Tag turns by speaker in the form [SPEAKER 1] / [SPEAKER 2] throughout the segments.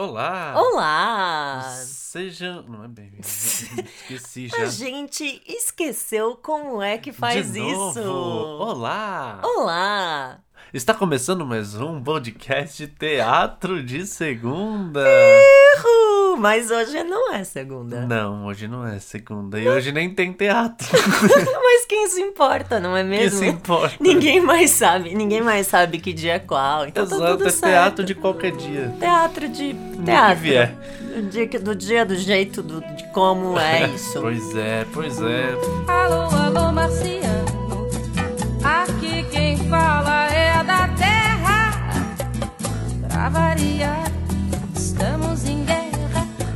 [SPEAKER 1] Olá!
[SPEAKER 2] Olá!
[SPEAKER 1] Sejam. Não é bem-vindo. Esqueci já.
[SPEAKER 2] A gente esqueceu como é que faz
[SPEAKER 1] De novo.
[SPEAKER 2] isso.
[SPEAKER 1] Olá!
[SPEAKER 2] Olá!
[SPEAKER 1] Está começando mais um podcast Teatro de Segunda.
[SPEAKER 2] Uhul! Mas hoje não é segunda.
[SPEAKER 1] Não, hoje não é segunda. E hoje nem tem teatro.
[SPEAKER 2] Mas quem se importa, não é
[SPEAKER 1] Que
[SPEAKER 2] Tá mesmo?
[SPEAKER 1] se importa.
[SPEAKER 2] Ninguém mais sabe, ninguém mais sabe que dia é qual. Então tá
[SPEAKER 1] Exato,
[SPEAKER 2] tudo
[SPEAKER 1] é
[SPEAKER 2] certo.
[SPEAKER 1] teatro de qualquer dia.
[SPEAKER 2] Teatro de
[SPEAKER 1] Nunca
[SPEAKER 2] teatro.
[SPEAKER 1] vier.
[SPEAKER 2] Do dia, que- do dia, do jeito, do- de como é isso.
[SPEAKER 1] Pois é, pois é.
[SPEAKER 3] Alô, alô, marciano. Aqui quem fala é da terra. Pra variar, estamos em guerra.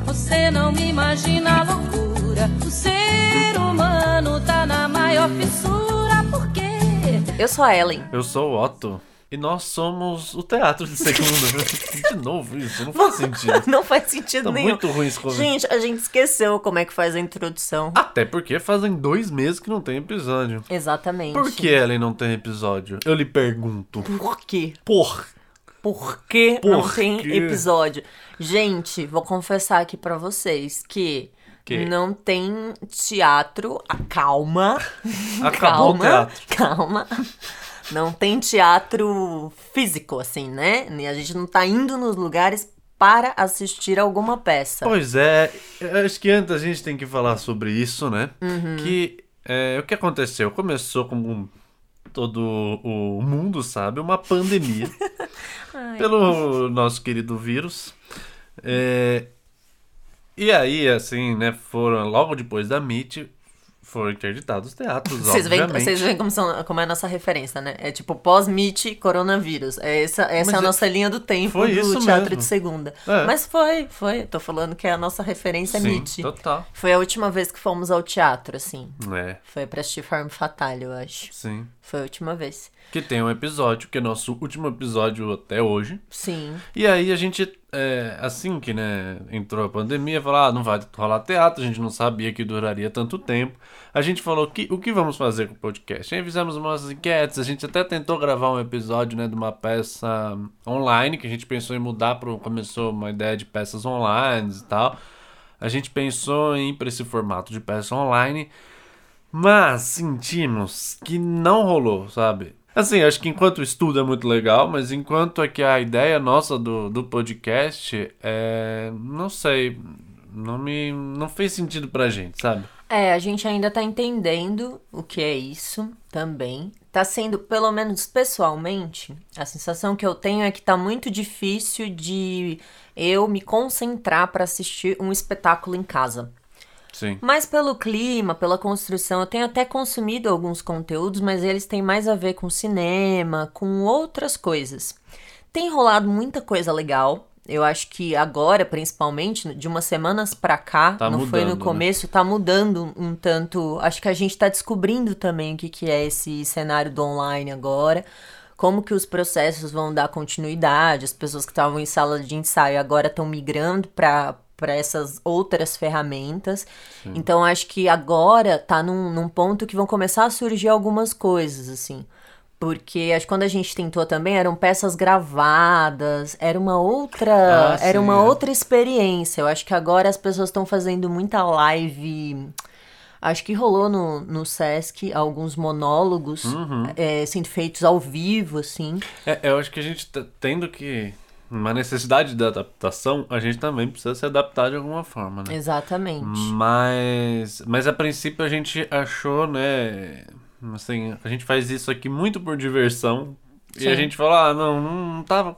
[SPEAKER 3] Você não me imagina a loucura. O ser humano tá na maior fissura. Por quê?
[SPEAKER 2] Eu sou a Ellen.
[SPEAKER 1] Eu sou o Otto. E nós somos o Teatro de Segunda. de novo isso, não faz sentido.
[SPEAKER 2] Não faz sentido
[SPEAKER 1] Tá
[SPEAKER 2] nenhum.
[SPEAKER 1] muito ruim esse comentário.
[SPEAKER 2] Gente, a gente esqueceu como é que faz a introdução.
[SPEAKER 1] Até porque fazem dois meses que não tem episódio.
[SPEAKER 2] Exatamente.
[SPEAKER 1] Por que Ellen não tem episódio? Eu lhe pergunto.
[SPEAKER 2] Por quê?
[SPEAKER 1] Por.
[SPEAKER 2] Por que
[SPEAKER 1] Por
[SPEAKER 2] não tem
[SPEAKER 1] quê?
[SPEAKER 2] episódio? Gente, vou confessar aqui pra vocês que
[SPEAKER 1] Que?
[SPEAKER 2] não tem teatro. Ah, Calma.
[SPEAKER 1] Acabou o
[SPEAKER 2] calma.
[SPEAKER 1] teatro.
[SPEAKER 2] Calma. Não tem teatro físico, assim, né? E A gente não tá indo nos lugares para assistir alguma peça.
[SPEAKER 1] Pois é, eu acho que antes a gente tem que falar sobre isso, né?
[SPEAKER 2] Uhum.
[SPEAKER 1] Que é, o que aconteceu? Começou como todo o mundo sabe, uma pandemia pelo nosso querido vírus. É, e aí, assim, né, foram logo depois da MIT, foram interditados os teatros,
[SPEAKER 2] Vocês veem,
[SPEAKER 1] obviamente.
[SPEAKER 2] vocês veem como, são- como é a nossa referência, né? É tipo pós-MIT, coronavírus. É essa essa
[SPEAKER 1] Mas
[SPEAKER 2] é a
[SPEAKER 1] é-
[SPEAKER 2] nossa linha do tempo
[SPEAKER 1] foi
[SPEAKER 2] do
[SPEAKER 1] isso
[SPEAKER 2] teatro
[SPEAKER 1] mesmo.
[SPEAKER 2] de segunda.
[SPEAKER 1] É.
[SPEAKER 2] Mas foi, foi. Tô falando que é a nossa referência é
[SPEAKER 1] Sim,
[SPEAKER 2] MIT.
[SPEAKER 1] total.
[SPEAKER 2] Foi a última vez que fomos ao teatro, assim.
[SPEAKER 1] É,
[SPEAKER 2] Foi pra assistir Farm Fatale, eu acho.
[SPEAKER 1] sim.
[SPEAKER 2] Foi a última vez.
[SPEAKER 1] Que tem um episódio, que é nosso último episódio até hoje.
[SPEAKER 2] Sim.
[SPEAKER 1] E aí a gente, é, assim que né, entrou a pandemia, falou, ah, não vai rolar teatro, a gente não sabia que duraria tanto tempo. A gente falou, que, o que vamos fazer com o podcast? Aí fizemos umas enquetes, a gente até tentou gravar um episódio né, de uma peça online, que a gente pensou em mudar, pro, começou uma ideia de peças online e tal. A gente pensou em ir para esse formato de peça online, mas sentimos que não rolou, sabe? Assim, acho que enquanto estudo é muito legal, mas enquanto é que a ideia nossa do, do podcast é. Não sei. Não me. Não fez sentido pra gente, sabe?
[SPEAKER 2] É, a gente ainda tá entendendo o que é isso também. Tá sendo, pelo menos pessoalmente, a sensação que eu tenho é que tá muito difícil de eu me concentrar pra assistir um espetáculo em casa.
[SPEAKER 1] Sim.
[SPEAKER 2] Mas pelo clima, pela construção, eu tenho até consumido alguns conteúdos, mas eles têm mais a ver com cinema, com outras coisas. Tem rolado muita coisa legal. Eu acho que agora, principalmente, de umas semanas pra cá,
[SPEAKER 1] Tá
[SPEAKER 2] não foi no
[SPEAKER 1] mudando, né?
[SPEAKER 2] começo, tá mudando um tanto. Acho que a gente tá descobrindo também o que, que é esse cenário do online agora. Como que os processos vão dar continuidade, as pessoas que estavam em sala de ensaio agora estão migrando pra para essas outras ferramentas. Então acho que agora tá num, num ponto que vão começar a surgir algumas coisas, assim. Porque acho que quando a gente tentou também eram peças gravadas, era uma outra,
[SPEAKER 1] Ah,
[SPEAKER 2] era
[SPEAKER 1] sim,
[SPEAKER 2] uma
[SPEAKER 1] é.
[SPEAKER 2] outra experiência. Eu acho que agora as pessoas estão fazendo muita live. Acho que rolou no, no Sesc alguns monólogos eh, sendo feitos ao vivo, assim.
[SPEAKER 1] É, eu acho que a gente tá tendo que. Uma necessidade da adaptação, a gente também precisa se adaptar de alguma forma, né?
[SPEAKER 2] Exatamente.
[SPEAKER 1] Mas, mas a princípio a gente achou, né? Assim, a gente faz isso aqui muito por diversão. E a
[SPEAKER 2] Sim.
[SPEAKER 1] gente falou, ah, não, não, não tava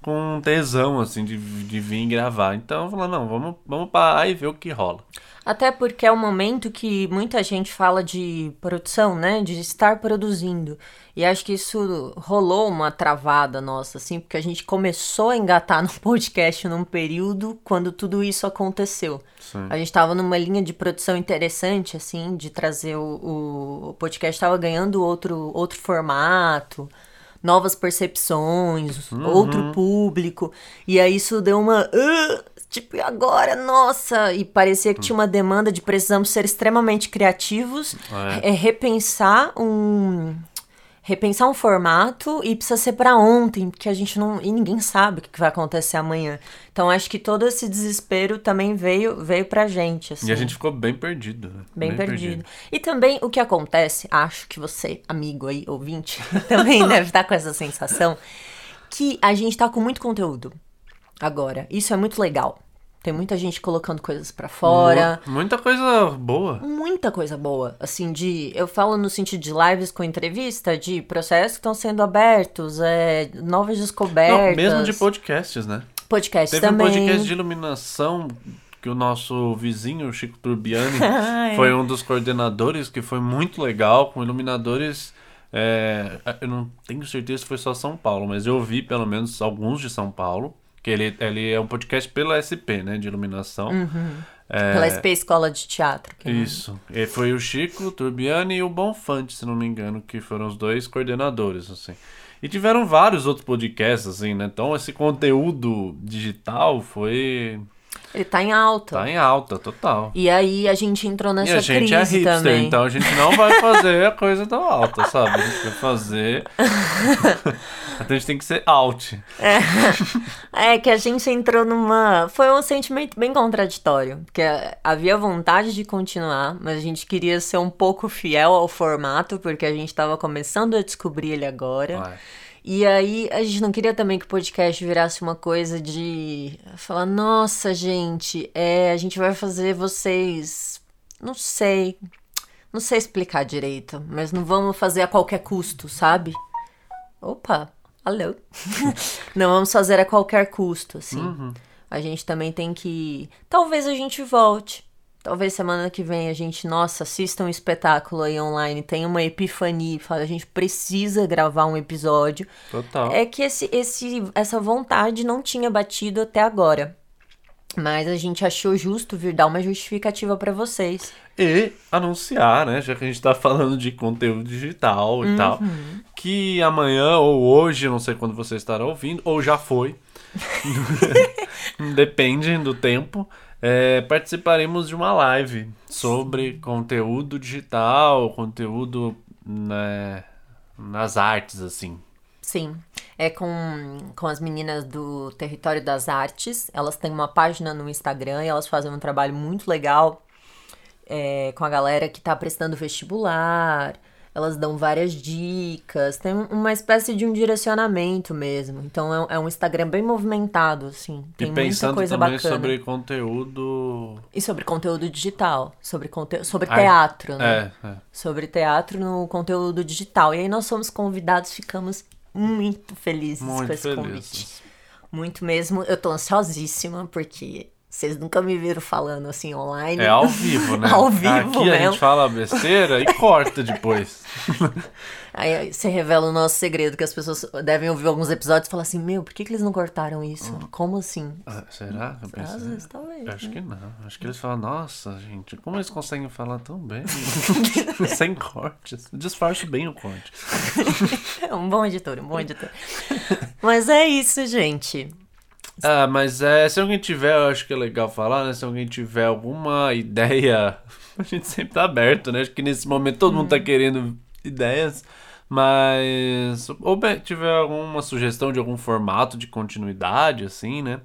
[SPEAKER 1] com tesão, assim, de, de vir gravar. Então eu falei, não, vamos, vamos parar e ver o que rola.
[SPEAKER 2] Até porque é um momento que muita gente fala de produção, né? De estar produzindo. E acho que isso rolou uma travada nossa, assim, porque a gente começou a engatar no podcast num período quando tudo isso aconteceu.
[SPEAKER 1] Sim.
[SPEAKER 2] A gente tava numa linha de produção interessante, assim, de trazer o, o- o podcast tava ganhando outro, outro formato, novas percepções, outro público. E aí isso deu uma. "Ah, tipo, e agora? Nossa! E parecia que tinha
[SPEAKER 1] Hum.
[SPEAKER 2] uma demanda de precisamos ser extremamente criativos,
[SPEAKER 1] É.
[SPEAKER 2] é repensar é, um. repensar um formato e precisa ser para ontem, porque a gente não. E ninguém sabe o que vai acontecer amanhã. Então acho que todo esse desespero também veio, veio pra gente. Assim.
[SPEAKER 1] E a gente ficou bem perdido, né?
[SPEAKER 2] Bem, perdido. E também o que acontece, acho que você, amigo aí, ouvinte, também deve estar com essa sensação, que a gente tá com muito conteúdo agora. Isso é muito legal. Tem muita gente colocando coisas pra fora.
[SPEAKER 1] Mu- Muita coisa boa.
[SPEAKER 2] Muita coisa boa, assim, de. Eu falo no sentido de lives com entrevista, de processos que estão sendo abertos, é, novas
[SPEAKER 1] Não,
[SPEAKER 2] descobertas.
[SPEAKER 1] mesmo de podcasts, né?
[SPEAKER 2] podcast
[SPEAKER 1] Teve
[SPEAKER 2] também.
[SPEAKER 1] um podcast de iluminação que o nosso vizinho, o Chico Turbiani,
[SPEAKER 2] Ai.
[SPEAKER 1] foi um dos coordenadores, que foi muito legal, com iluminadores. é, eu não tenho certeza se foi só São Paulo, mas eu vi pelo menos alguns de São Paulo. Que ele, ele é um podcast pela SP, né? De iluminação. É,
[SPEAKER 2] Pela SP Escola de Teatro. que- é um-
[SPEAKER 1] Isso. E foi o Chico, o Turbiani e o Bonfante, se não me engano, que foram os dois coordenadores, assim. E tiveram vários outros podcasts, assim, né? Então esse conteúdo digital foi.
[SPEAKER 2] Ele tá em alta.
[SPEAKER 1] tá em alta, total.
[SPEAKER 2] E aí a gente entrou
[SPEAKER 1] E
[SPEAKER 2] nessa
[SPEAKER 1] a gente
[SPEAKER 2] crise
[SPEAKER 1] é hipster,
[SPEAKER 2] também.
[SPEAKER 1] então a gente não vai fazer a coisa tão alta, sabe? A gente vai fazer. então a gente tem que ser out.
[SPEAKER 2] É que a gente entrou numa. Foi um sentimento bem contraditório. Porque havia vontade de continuar, mas a gente queria ser um pouco fiel ao formato, porque a gente tava começando a descobrir ele agora.
[SPEAKER 1] Vai.
[SPEAKER 2] E aí, a gente não queria também que o podcast virasse uma coisa de falar, nossa, gente, é, a gente vai fazer vocês. Não sei. Não sei explicar direito, mas não vamos fazer a qualquer custo, sabe? Opa, alô. não vamos fazer a qualquer custo, assim. A gente também tem que. Talvez a gente volte. Talvez semana que vem a gente, nossa, assista um espetáculo aí online, tenha uma epifania, e fala, a gente precisa gravar um episódio.
[SPEAKER 1] Total.
[SPEAKER 2] É que esse, esse, essa vontade não tinha batido até agora. Mas a gente achou justo vir dar uma justificativa pra vocês.
[SPEAKER 1] E anunciar, né? Já que a gente tá falando de conteúdo digital e tal,
[SPEAKER 2] Uhum.
[SPEAKER 1] que amanhã ou hoje, não sei quando você estará ouvindo, ou já foi, depende do tempo, é, participaremos de uma live sobre conteúdo digital, conteúdo né, nas artes, assim.
[SPEAKER 2] Sim, é com, com as meninas do Território das Artes. Elas têm uma página no Instagram e elas fazem um trabalho muito legal é, com a galera que tá prestando vestibular. Elas dão várias dicas, tem um- uma espécie de um direcionamento mesmo. Então é, um- é um Instagram bem movimentado, assim. Tem
[SPEAKER 1] e
[SPEAKER 2] muita
[SPEAKER 1] pensando
[SPEAKER 2] coisa
[SPEAKER 1] também
[SPEAKER 2] bacana.
[SPEAKER 1] sobre conteúdo.
[SPEAKER 2] E sobre conteúdo digital, sobre, conte... sobre
[SPEAKER 1] Ai,
[SPEAKER 2] teatro, né?
[SPEAKER 1] É, é.
[SPEAKER 2] Sobre teatro no conteúdo digital. E aí nós somos convidados, ficamos muito felizes com
[SPEAKER 1] Muito
[SPEAKER 2] esse convite.
[SPEAKER 1] feliz. assim.
[SPEAKER 2] Muito mesmo. Eu tô ansiosíssima, porque vocês nunca me viram falando assim online.
[SPEAKER 1] É ao vivo, né?
[SPEAKER 2] Ao vivo
[SPEAKER 1] Aqui a
[SPEAKER 2] mesmo.
[SPEAKER 1] gente fala besteira e corta depois.
[SPEAKER 2] Aí você revela o nosso segredo, que as pessoas devem ouvir alguns episódios e falar assim, meu, por que, que eles não cortaram isso? Como assim?
[SPEAKER 1] Ah, será? Eu pensei,
[SPEAKER 2] Às vezes, né? talvez.
[SPEAKER 1] eu Hum. acho que não. Acho que eles falam, nossa, gente, como eles conseguem falar tão bem? Sem cortes. Disfarço bem o corte.
[SPEAKER 2] É um bom editor, um bom editor. Mas é isso, gente.
[SPEAKER 1] Ah, mas é, se alguém tiver, eu acho que é legal falar, né? Se alguém tiver alguma ideia, a gente sempre tá aberto, né? Acho que nesse momento todo mundo tá
[SPEAKER 2] Uhum.
[SPEAKER 1] querendo ideias, mas ou bem, tiver alguma sugestão de algum formato de continuidade, assim, né?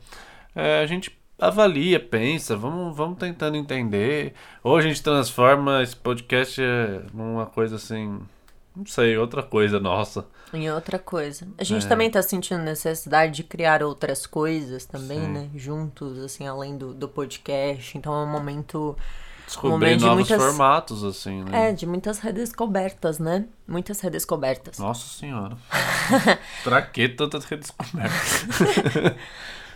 [SPEAKER 1] É, a gente avalia, pensa, vamos, vamos tentando entender. Ou a gente transforma esse podcast é, numa coisa assim, não sei, outra coisa nossa.
[SPEAKER 2] Em outra coisa. A
[SPEAKER 1] É.
[SPEAKER 2] gente também tá sentindo necessidade de criar outras coisas também,
[SPEAKER 1] Sim.
[SPEAKER 2] né? Juntos, assim, além do, do podcast. Então é um momento
[SPEAKER 1] Descobrir
[SPEAKER 2] Momento de
[SPEAKER 1] novos
[SPEAKER 2] muitas-
[SPEAKER 1] formatos, assim, né?
[SPEAKER 2] é, de muitas redescobertas, né? Muitas redescobertas.
[SPEAKER 1] Nossa senhora. Traqueta tá redescoberta.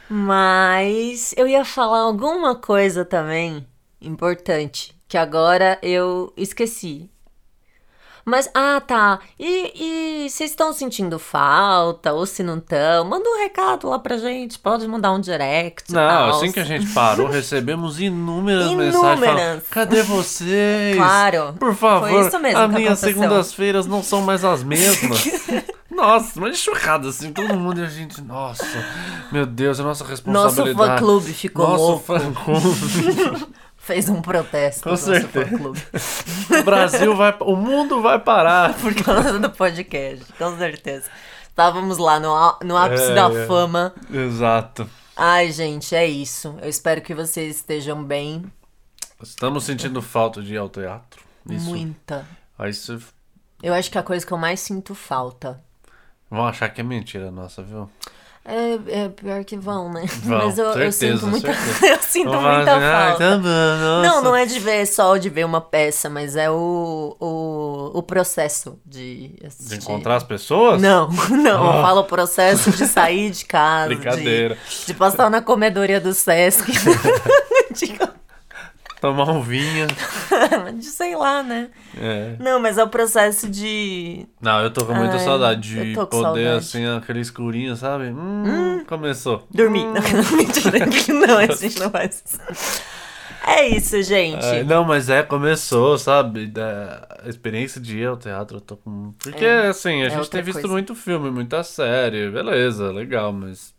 [SPEAKER 2] Mas eu ia falar alguma coisa também importante que agora eu esqueci. Mas, ah, tá. E, e vocês estão sentindo falta ou se não estão? Manda um recado lá pra gente. Pode mandar um direct. e
[SPEAKER 1] Não,
[SPEAKER 2] tal.
[SPEAKER 1] assim que a gente parou, recebemos inúmeras, mensagens falando,
[SPEAKER 2] Inúmeras.
[SPEAKER 1] cadê vocês?
[SPEAKER 2] Claro.
[SPEAKER 1] Por favor,
[SPEAKER 2] Foi isso mesmo
[SPEAKER 1] as
[SPEAKER 2] que
[SPEAKER 1] minhas
[SPEAKER 2] aconteceu."
[SPEAKER 1] segundas-feiras não são mais as mesmas. nossa, mas chocado assim, todo mundo e a gente, nossa, meu Deus, a nossa
[SPEAKER 2] Nosso
[SPEAKER 1] responsabilidade.
[SPEAKER 2] fã-clube ficou
[SPEAKER 1] Nosso
[SPEAKER 2] louco.
[SPEAKER 1] fã-clube.
[SPEAKER 2] Fez um protesto.
[SPEAKER 1] Com
[SPEAKER 2] no nosso
[SPEAKER 1] certeza.
[SPEAKER 2] fã-clube.
[SPEAKER 1] O Brasil vai. O mundo vai parar.
[SPEAKER 2] Por causa do podcast, com certeza. Estávamos lá no, á- no ápice
[SPEAKER 1] É,
[SPEAKER 2] da
[SPEAKER 1] é.
[SPEAKER 2] fama.
[SPEAKER 1] Exato.
[SPEAKER 2] Ai, gente, é isso. Eu espero que vocês estejam bem.
[SPEAKER 1] Estamos sentindo falta de ir ao teatro. Isso.
[SPEAKER 2] Muita.
[SPEAKER 1] Aí você.
[SPEAKER 2] Eu acho que a coisa que eu mais sinto falta.
[SPEAKER 1] Vão achar que é mentira nossa, viu?
[SPEAKER 2] É, é pior que vão, né?
[SPEAKER 1] Vão,
[SPEAKER 2] Mas eu, eu
[SPEAKER 1] certeza,
[SPEAKER 2] sinto muita,
[SPEAKER 1] certeza.
[SPEAKER 2] eu sinto
[SPEAKER 1] Vão
[SPEAKER 2] muita
[SPEAKER 1] falar assim, "Ai,
[SPEAKER 2] falta.
[SPEAKER 1] tá bom, nossa."
[SPEAKER 2] Então, Não, não é de ver só de ver uma peça, mas é o, o, o processo de
[SPEAKER 1] De
[SPEAKER 2] assistir.
[SPEAKER 1] encontrar as pessoas?
[SPEAKER 2] Não, não, eu falo o processo de sair de casa. de-
[SPEAKER 1] Ah. Brincadeira.
[SPEAKER 2] De, passar na comedoria do Sesc. de,
[SPEAKER 1] Tomar um vinho.
[SPEAKER 2] de sei lá, né?
[SPEAKER 1] É.
[SPEAKER 2] Não, mas é o processo de.
[SPEAKER 1] Não, eu tô com muita
[SPEAKER 2] Ai,
[SPEAKER 1] saudade
[SPEAKER 2] eu
[SPEAKER 1] de
[SPEAKER 2] tô
[SPEAKER 1] poder,
[SPEAKER 2] com saudade.
[SPEAKER 1] assim, aquele escurinho, sabe? Hum, começou.
[SPEAKER 2] dormir. Não, mentira, que não, a gente não faz isso. É isso, gente.
[SPEAKER 1] Ai, não, mas é, começou, sabe? Da a experiência de ir ao teatro, eu tô com. Porque,
[SPEAKER 2] É,
[SPEAKER 1] assim, a
[SPEAKER 2] é
[SPEAKER 1] gente
[SPEAKER 2] outra
[SPEAKER 1] tem visto
[SPEAKER 2] coisa.
[SPEAKER 1] muito filme, muita série, beleza, legal, mas.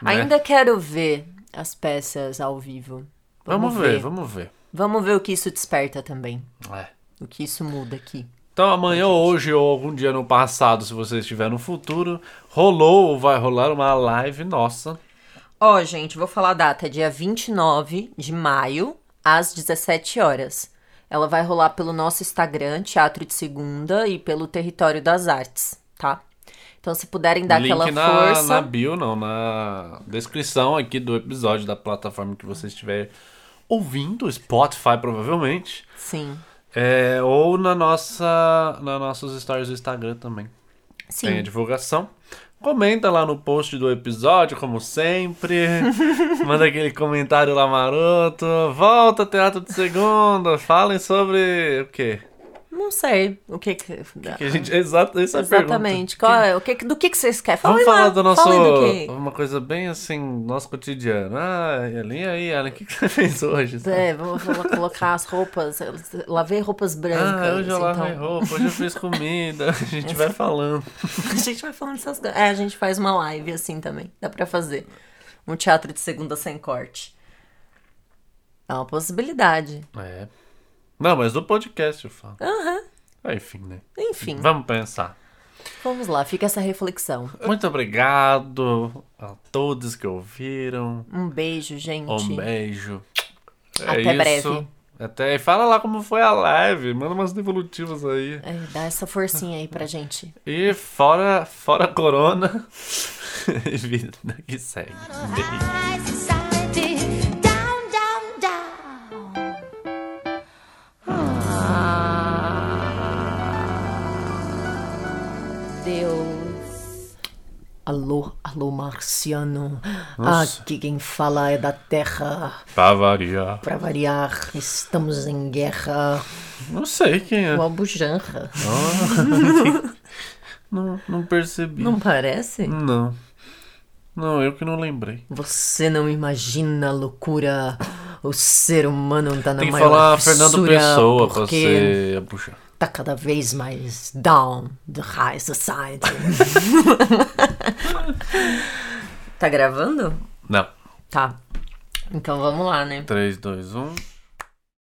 [SPEAKER 1] né?
[SPEAKER 2] Ainda quero ver as peças ao vivo.
[SPEAKER 1] Vamos ver, vamos ver.
[SPEAKER 2] Vamos ver o que isso desperta também.
[SPEAKER 1] É.
[SPEAKER 2] O que isso muda aqui.
[SPEAKER 1] Então amanhã, ou hoje ou algum dia no passado, se você estiver no futuro, rolou ou vai rolar uma live nossa.
[SPEAKER 2] Ó, gente, vou falar a data. É dia 29 de maio, às 17 horas. Ela vai rolar pelo nosso Instagram, Teatro de Segunda, e pelo Território das Artes, tá? Então, se puderem dar
[SPEAKER 1] Link
[SPEAKER 2] aquela
[SPEAKER 1] na,
[SPEAKER 2] força.
[SPEAKER 1] na bio, não, na descrição aqui do episódio da plataforma que você estiver ouvindo, Spotify provavelmente.
[SPEAKER 2] Sim.
[SPEAKER 1] É, ou na nossa, na nossos stories do Instagram também.
[SPEAKER 2] Sim.
[SPEAKER 1] Tem a divulgação. Comenta lá no post do episódio, como sempre. Manda aquele comentário lá maroto. Volta, Teatro de Segunda. Falem sobre o quê?
[SPEAKER 2] Não sei o que que...
[SPEAKER 1] Que a gente... Exato, essa é a pergunta.
[SPEAKER 2] Exatamente. Qual é? O que, que- do que, que vocês querem? Falem
[SPEAKER 1] Vamos falar
[SPEAKER 2] lá.
[SPEAKER 1] do nosso.
[SPEAKER 2] Falem do
[SPEAKER 1] Uma coisa bem assim, nosso cotidiano. Ah, Ellen, e aí, Ellen, o que, que você fez hoje?
[SPEAKER 2] que... É, vamos falar- colocar as roupas. eu Lavei roupas brancas.
[SPEAKER 1] Ah, hoje eu lavei
[SPEAKER 2] então.
[SPEAKER 1] roupa, hoje eu fiz comida. A gente vai falando.
[SPEAKER 2] A gente vai falando essas coisas. É, a gente faz uma live assim também. Dá pra fazer. Um teatro de segunda sem corte. É uma possibilidade.
[SPEAKER 1] É. Não, mas do podcast eu falo.
[SPEAKER 2] Aham.
[SPEAKER 1] Ah, Enfim, né?
[SPEAKER 2] Enfim,
[SPEAKER 1] Vamos pensar.
[SPEAKER 2] vamos lá. Fica essa reflexão.
[SPEAKER 1] Muito obrigado a todos que ouviram.
[SPEAKER 2] Um beijo, gente.
[SPEAKER 1] Um beijo. É
[SPEAKER 2] Até breve.
[SPEAKER 1] Até. E fala lá como foi a live. Manda umas devolutivas aí.
[SPEAKER 2] É, dá essa forcinha aí pra gente.
[SPEAKER 1] E fora, fora a corona. e vida que segue. Beijo.
[SPEAKER 3] High society, down, down, down. Ah, Deus.
[SPEAKER 2] Alô, alô, marciano.
[SPEAKER 1] Nossa.
[SPEAKER 2] Aqui quem fala é da Terra.
[SPEAKER 1] Pra variar.
[SPEAKER 2] Pra variar, estamos em guerra.
[SPEAKER 1] Não sei quem é.
[SPEAKER 2] O Albujanra.
[SPEAKER 1] Não, não percebi.
[SPEAKER 2] Não parece?
[SPEAKER 1] Não. Não, eu que não lembrei.
[SPEAKER 2] Você não imagina a loucura. O ser humano tá na
[SPEAKER 1] Tem que
[SPEAKER 2] maior
[SPEAKER 1] falar Fernando
[SPEAKER 2] fissura
[SPEAKER 1] Pessoa pra
[SPEAKER 2] porque
[SPEAKER 1] você puxar.
[SPEAKER 2] tá cada vez mais down the high society. tá gravando?
[SPEAKER 1] Não.
[SPEAKER 2] Tá. Então vamos lá, né?
[SPEAKER 1] 3, 2, 1.